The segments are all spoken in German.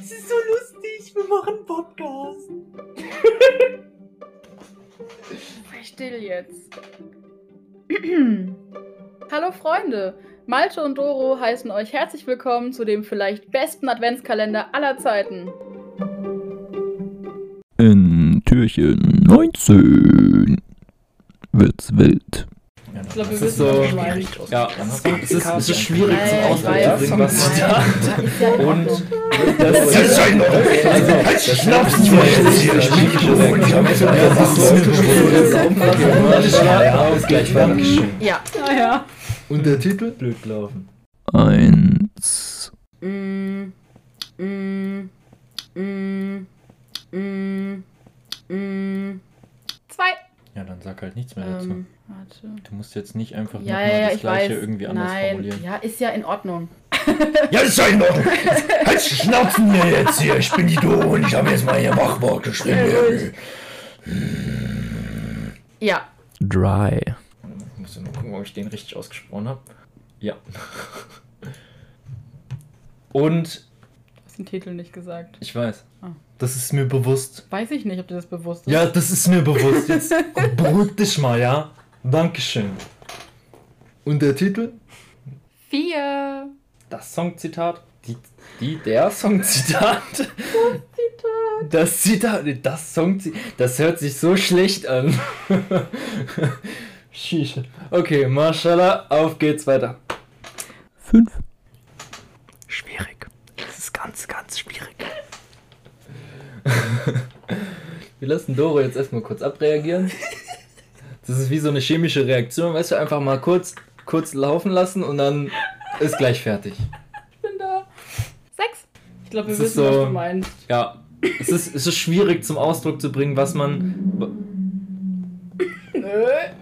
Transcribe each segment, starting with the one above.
Es ist so lustig, wir machen Podcast. Sei Still jetzt. Hallo Freunde! Malte und Doro heißen euch herzlich willkommen zu dem vielleicht besten Adventskalender aller Zeiten. In Türchen 19 wird's wild. Ich glaube, wir Das ist wissen, so was du meinst. Ja, es ist, es ist schwierig Ja, zum ja, Äh, ich Ausdruck zu weiß. bringen, was ich da. Ist ja in Und Ordnung. das ist ein also, Schnaps, ich wollte jetzt hier Dankeschön. Ja. ja. Und der Titel? Blöd gelaufen. Eins. Mm, mm, mm, mm, mm. Zwei. Ja, dann sag halt nichts mehr dazu. Ähm, warte. Du musst jetzt nicht einfach Ja, nochmal ja, ja, das ich gleiche weiß. irgendwie anders Nein. formulieren. Ja, ist ja in Ordnung. Ja, ist ja in Ordnung. Halt die Schnauzen mir jetzt hier. Ich bin die Doro und ich habe jetzt mal hier Machwort geschrieben. Ja. Dry. Ich muss ja mal gucken, ob ich den richtig ausgesprochen habe. Ja. Und Hast den Titel nicht gesagt. ich weiß, Ah. das ist mir bewusst. Weiß ich nicht, ob dir das bewusst ist. Ja, das ist mir bewusst. Jetzt beruhig dich mal, ja? Dankeschön. Und der Titel? Vier. Das Songzitat. Die, die, der Songzitat. Zitat. Das Zitat. nee, Das Songzitat. Das hört sich so schlecht an. Shisha. Okay, mashallah, auf geht's weiter. Fünf. Schwierig. Es ist ganz, ganz schwierig. Wir lassen Doro jetzt erstmal kurz abreagieren. Das ist wie so eine chemische Reaktion, weißt du, einfach mal kurz, kurz laufen lassen und dann ist gleich fertig. Ich bin da. Sechs. Ich glaube, wir Das ist wissen, so- was du meinst. Ja. Es ist, es ist schwierig zum Ausdruck zu bringen, was man.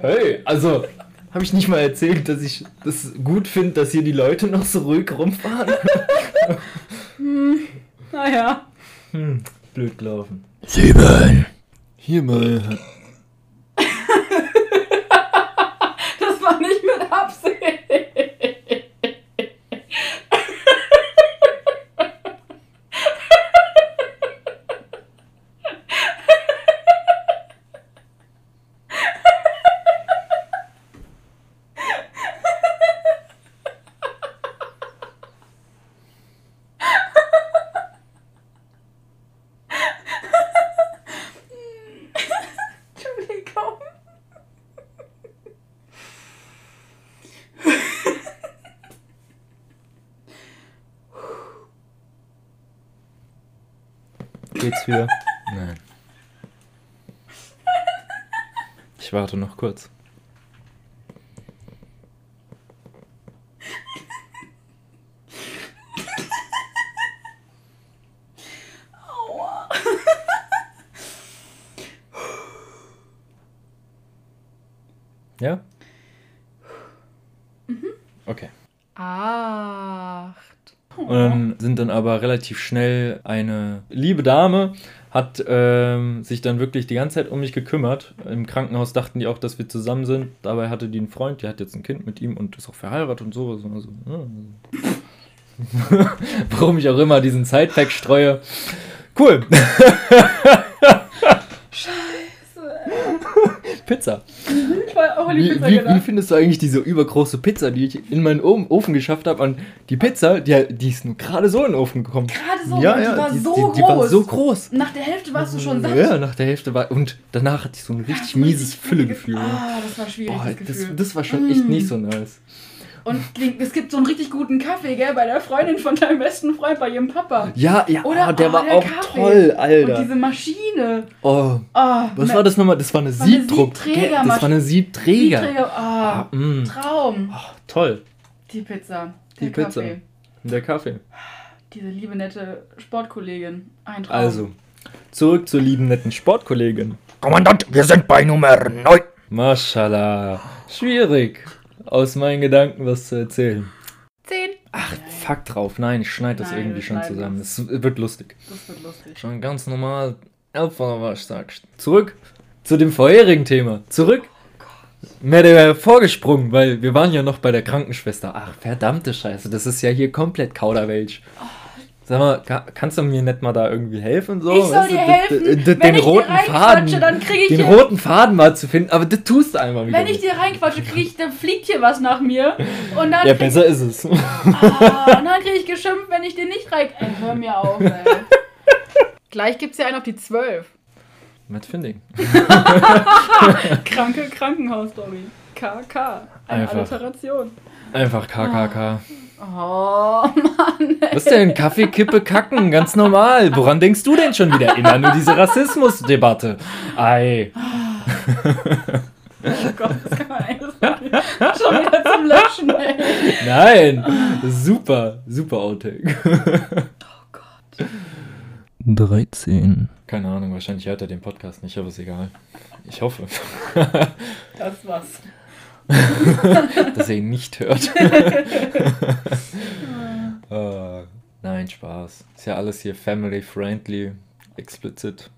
Hey, also. Habe ich nicht mal erzählt, dass ich das gut finde, dass hier die Leute noch so ruhig rumfahren? Naja. Hm, blöd gelaufen. Sieben. Hier mal. Das war nicht mit Absicht. Entschuldigung. Geht's wieder? Nein. Ich warte noch kurz. Aua. Ja? Okay. Acht. Und dann sind dann aber relativ schnell eine liebe Dame hat ähm, sich dann wirklich die ganze Zeit um mich gekümmert. Im Krankenhaus dachten die auch, dass wir zusammen sind. Dabei hatte die einen Freund, die hat jetzt ein Kind mit ihm und ist auch verheiratet und sowas. Und so, hm. Warum ich auch immer diesen Sidefact streue. Cool. Pizza. Ich war auch Wie, wie, wie findest du eigentlich diese übergroße Pizza, die ich in meinen O- Ofen geschafft habe? Und die Pizza, die, die ist nur gerade so in den Ofen gekommen. Gerade so, ja, die ja, war die, so die, die groß. war so groß. Nach der Hälfte warst du schon satt. Ja, nach der Hälfte war. Und danach hatte ich so ein Hast richtig du mieses richtig viel Füllegefühl. ge- Ah, das war schwierig. Boah, das das, Gefühl. das war schon echt Mm. nicht so nice. Und klingt- es gibt so einen richtig guten Kaffee, gell, bei der Freundin von deinem besten Freund, bei ihrem Papa. Ja, ja, Oder? oh, der Ah, war der auch Kaffee. toll, Und Alter. diese Maschine. Oh, Ah, was me- war das nochmal? Das war eine war eine Siebdruck. Siebträger- das war eine Siebträger. Siebträger. Ah, Mm. Traum. Oh, toll. Die Pizza. Der Die Pizza. Kaffee. Der Kaffee. Diese liebe nette Sportkollegin. Ein Traum. Also, zurück zur lieben netten Sportkollegin. Kommandant, wir sind bei Nummer 9. Maschallah. Schwierig, aus meinen Gedanken was zu erzählen. Zehn. Fuck drauf, nein, ich schneide das Nein, irgendwie wir schon schneiden zusammen. Es wird lustig. Das wird lustig. Schon ganz normal, Elfer, was sagst. Zurück zu dem vorherigen Thema. Oh Zurück. Mir wäre vorgesprungen, Oh. weil wir waren ja noch bei der Krankenschwester. Ach, verdammte Scheiße, das ist ja hier komplett Kauderwelsch. Sag mal, ka- kannst du mir nicht mal da irgendwie helfen? So, Ich soll weißt du, dir d- helfen, d- d- wenn den ich dir roten reinquatsche, Faden, dann krieg ich den hier- roten Faden mal zu finden. Aber das tust du einmal wieder. Wenn ich nicht. dir reinquatsche, krieg ich, dann fliegt hier was nach mir. Und dann, ja, krieg, besser ist es. ah, und dann krieg ich geschimpft, wenn ich dir nicht rein. Ey, hör mir auf, ey. Gleich gibt's ja einen auf die 12. Matt Finding. Kranke Krankenhaus-Story. KK. Eine Einfach. Alliteration. Einfach Ah. KKK. Oh, Was denn? Kaffee, Kippe, Kacken, ganz normal. Woran denkst du denn schon wieder? Immer nur diese Rassismusdebatte. Ei. oh Gott, das kann man eigentlich schon wieder zum Löschen, ey. Nein. Super, super Outtake. Oh Gott. 13. Keine Ahnung, wahrscheinlich hört er den Podcast nicht, aber ist egal. Ich hoffe, Das war's. dass er ihn nicht hört. äh, nein, Spaß. Ist ja alles hier family-friendly, explizit.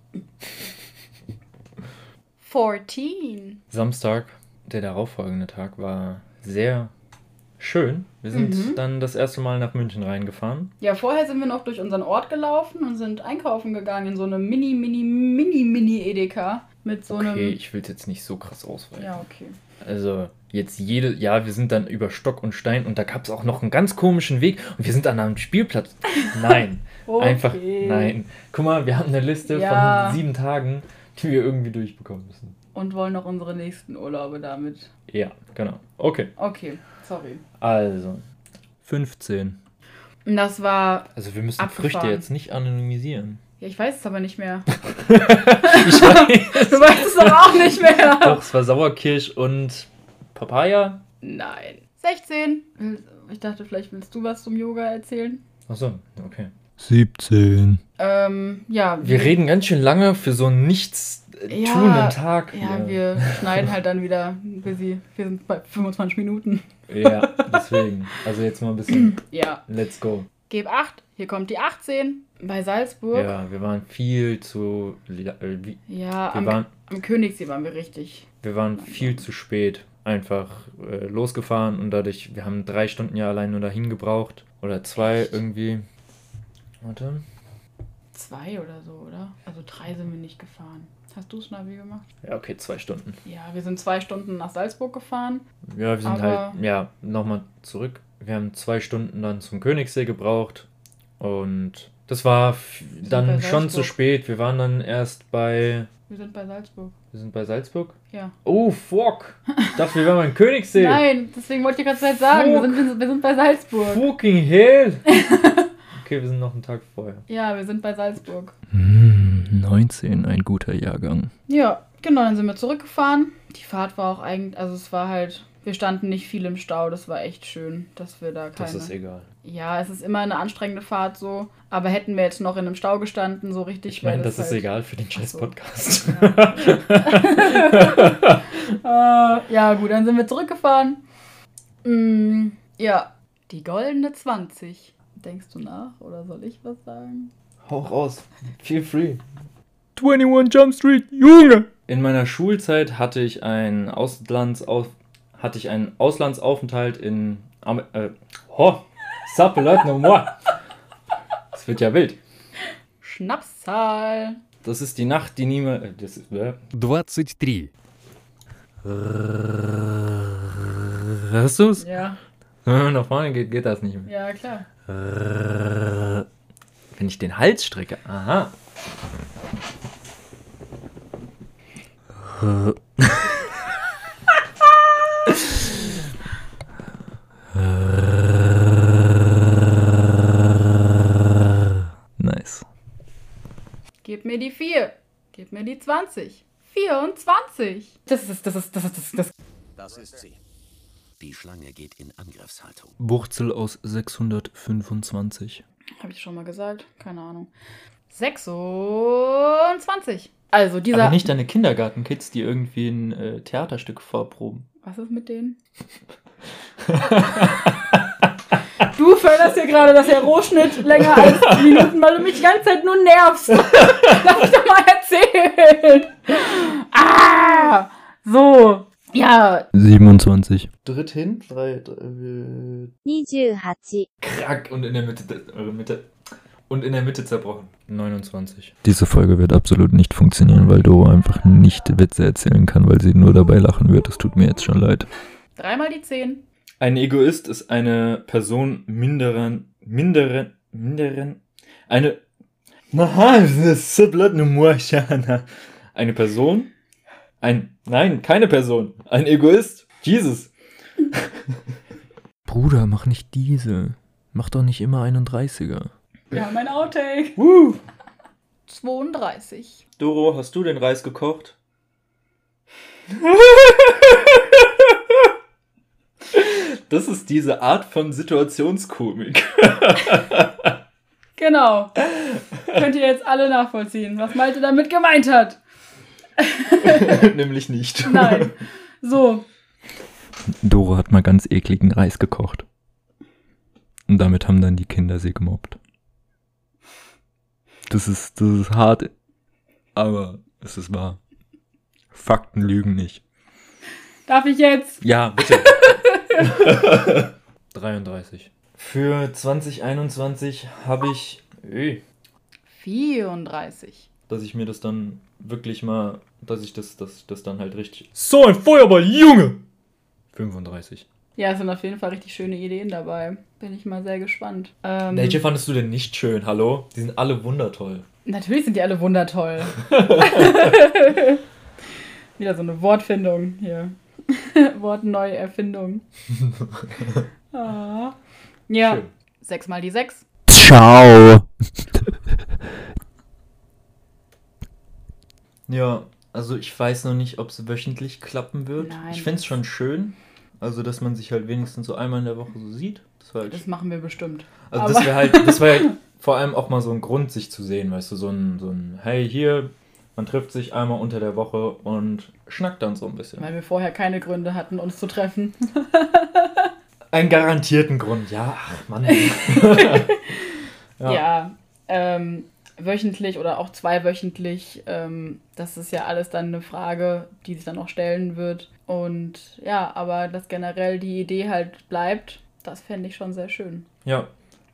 14. Samstag, der darauffolgende Tag, war sehr schön. Wir sind Mhm. dann das erste Mal nach München reingefahren. Ja, vorher sind wir noch durch unseren Ort gelaufen und sind einkaufen gegangen in so eine Mini, Mini, Mini, Mini Edeka mit so einem. Okay, ich will es jetzt nicht so krass ausweiten. Ja, okay. Also jetzt jede, ja, wir sind dann über Stock und Stein und da gab es auch noch einen ganz komischen Weg und wir sind an einem Spielplatz. Nein, okay. einfach nein. Guck mal, wir haben eine Liste Ja. von sieben Tagen, die wir irgendwie durchbekommen müssen. Und wollen noch unsere nächsten Urlaube damit. Ja, genau. Okay, Okay, sorry. also 15. Und das war. Also wir müssen Abgefahren. Früchte jetzt nicht anonymisieren. Ja, ich weiß es aber nicht mehr. Du weißt es aber auch nicht mehr. Doch, es war Sauerkirsch und Papaya. Nein. 16. Ich dachte, vielleicht willst du was zum Yoga erzählen. Achso, okay. 17. Ähm, ja. Wir reden ganz schön lange für so einen nichts äh, Ja, tunenden Tag. Ja, hier. wir schneiden halt dann wieder busy. Wir sind bei 25 Minuten. Ja, deswegen. Also jetzt mal ein bisschen. Ja. Let's go. Geb 8, hier kommt die 18 bei Salzburg. Ja, Ja, wir waren viel zu. li- äh, wie- Wir am, waren, am Königssee waren wir richtig. wir waren viel zu spät einfach äh, losgefahren und dadurch, wir haben drei Stunden ja allein nur dahin gebraucht. Oder zwei irgendwie. Warte. Zwei oder so, oder? Also drei sind wir nicht gefahren. Hast du es Navi gemacht? Ja, okay, zwei Stunden. Ja, wir sind zwei Stunden nach Salzburg gefahren. Ja, wir sind Aber- halt, ja, nochmal zurück. Wir haben zwei Stunden dann zum Königssee gebraucht und das war f- bei dann schon Salzburg. zu spät. Wir waren dann erst bei, Wir sind bei Salzburg. wir sind bei Salzburg. Ja. Oh, fuck. Ich dachte, wir waren beim Königssee. Nein, deswegen wollte ich gerade Zeit sagen. Wir sind, wir, sind, wir sind bei Salzburg. Fucking hell. Okay, wir sind noch einen Tag vorher. Ja, wir sind bei Salzburg. 19, ein guter Jahrgang. Ja, genau, dann sind wir zurückgefahren. Die Fahrt war auch eigentlich, also es war halt, wir standen nicht viel im Stau. Das war echt schön, dass wir da keine... Das ist egal. Ja, es ist immer eine anstrengende Fahrt so. Aber hätten wir jetzt noch in einem Stau gestanden, so richtig Ich meine, wär das ist halt- egal für den scheiß so. Podcast. Äh, ja, gut, dann sind wir zurückgefahren. Mm, ja. Die goldene 20. Denkst du nach oder soll ich was sagen? Hau raus. Feel free. 21 Jump Street, Junge! In meiner Schulzeit hatte ich einen, Auslandsauf hatte ich einen Auslandsaufenthalt in. Am äh, ho! Sappelat no moi! Das wird ja wild. Schnapszahl. Das ist die Nacht, die niemand. äh, Das ist. Äh, 23. hörst du's? Ja, Wenn man nach vorne geht, geht das nicht mehr. ja, klar. Wenn ich den Hals strecke. Aha. Nice. Gib mir die 4. Gib mir die 20. 24. Das ist, das ist, das ist, das ist. Das. Das ist sie. Die Schlange geht in Angriffshaltung. Wurzel aus 625. Hab ich schon mal gesagt? Keine Ahnung. 26. Also dieser. Aber nicht deine Kindergartenkids, die irgendwie ein äh, Theaterstück vorproben. Was ist mit denen? du förderst hier gerade, dass der Rohschnitt länger als Minuten, weil du mich die ganze Zeit nur nervst. Lass mich doch mal erzählen. Ah, so. Ja, 27. Dritt hin, drei, drei, 28、 krack und in der äh, Mitte, eure Mitte. Und in der Mitte zerbrochen. 29. Diese Folge wird absolut nicht funktionieren, weil Doro einfach nicht Witze erzählen kann, weil sie nur dabei lachen wird. Es tut mir jetzt schon leid. Dreimal die zehn. Ein Egoist ist eine Person minderen, minderen, minderen, eine, Aha, c'est blöd, ne moi, Shana. eine Person, ein, nein, keine Person, ein Egoist, Jesus. Bruder, mach nicht diese. Mach doch nicht immer 31er. Ja, mein Outtake. Woo. 32. Doro, hast du den Reis gekocht? Das ist diese Art von Situationskomik. Genau. Könnt ihr jetzt alle nachvollziehen, was Malte damit gemeint hat. Nämlich nicht. Nein. So, Doro hat mal ganz ekligen Reis gekocht. Und damit haben dann die Kinder sie gemobbt. Das ist, das ist hart, aber es ist wahr. Fakten lügen nicht. darf ich jetzt? Ja, bitte. 33. Für 2021 habe ich, Ey, 34. dass ich mir das dann wirklich mal, dass ich das, das, das dann halt richtig. So ein Feuerball, Junge! 35. Ja, es sind auf jeden Fall richtig schöne Ideen dabei. Bin ich mal sehr gespannt. Mhm. Ähm, Welche fandest du denn nicht schön? Hallo? Die sind alle wundertoll. Natürlich sind die alle wundertoll. Wieder so eine Wortfindung hier. Wortneuerfindung. ah. Ja. Schön. Sechs mal die sechs. Ciao! Ja, also ich weiß noch nicht, ob es wöchentlich klappen wird. Nein, ich fände es das- schon schön. Also, dass man sich halt wenigstens so einmal in der Woche so sieht. Das war halt, Das machen wir bestimmt. also das aber- wäre halt, das wäre halt vor allem auch mal so ein Grund, sich zu sehen, weißt du, so ein, so ein, hey, hier, man trifft sich einmal unter der Woche und schnackt dann so ein bisschen. Weil wir vorher keine Gründe hatten, uns zu treffen. Einen garantierten Grund, ja, ach Mann. Ja. ähm, wöchentlich oder auch zweiwöchentlich. Ähm, das ist ja alles dann eine Frage, die sich dann auch stellen wird. Und ja, aber dass generell die Idee halt bleibt, das fände ich schon sehr schön. Ja,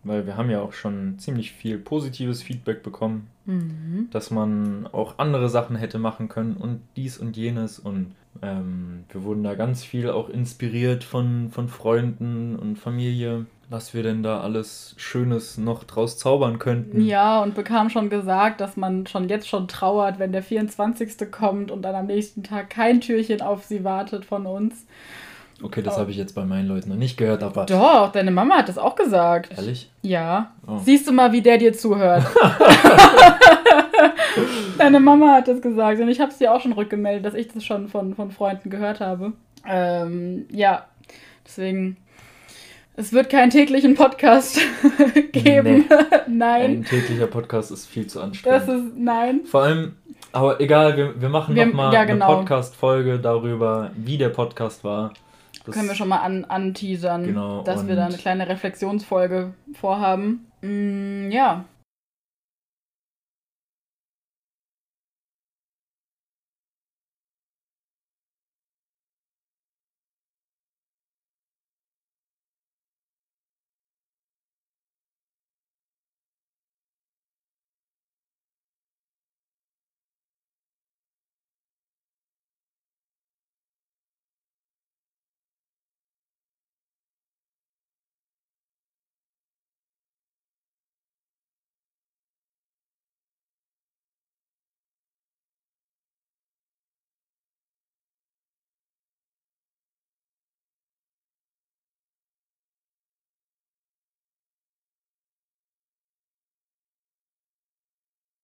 weil wir haben ja auch schon ziemlich viel positives Feedback bekommen, Mhm. dass man auch andere Sachen hätte machen können und dies und jenes und ähm, wir wurden da ganz viel auch inspiriert von, von Freunden und Familie, was wir denn da alles Schönes noch draus zaubern könnten. Ja, und bekam schon gesagt, dass man schon jetzt schon trauert, wenn der 24. kommt und dann am nächsten Tag kein Türchen auf sie wartet von uns. Okay, das habe ich jetzt bei meinen Leuten noch nicht gehört, aber Doch, deine Mama hat das auch gesagt. ehrlich? Ja. Oh. Siehst du mal, wie der dir zuhört. Deine Mama hat das gesagt und ich habe es dir auch schon rückgemeldet, dass ich das schon von, von Freunden gehört habe. Ähm, ja, deswegen, es wird keinen täglichen Podcast geben. nein, Ein täglicher Podcast ist viel zu das anstrengend. ist nein. Vor allem, aber egal, wir, wir machen Wir- nochmal ja, eine genau. Podcast-Folge darüber, wie der Podcast war. Das- Können wir schon mal an, anteasern, Genau, dass wir und- da eine kleine Reflexionsfolge vorhaben. Mm, ja,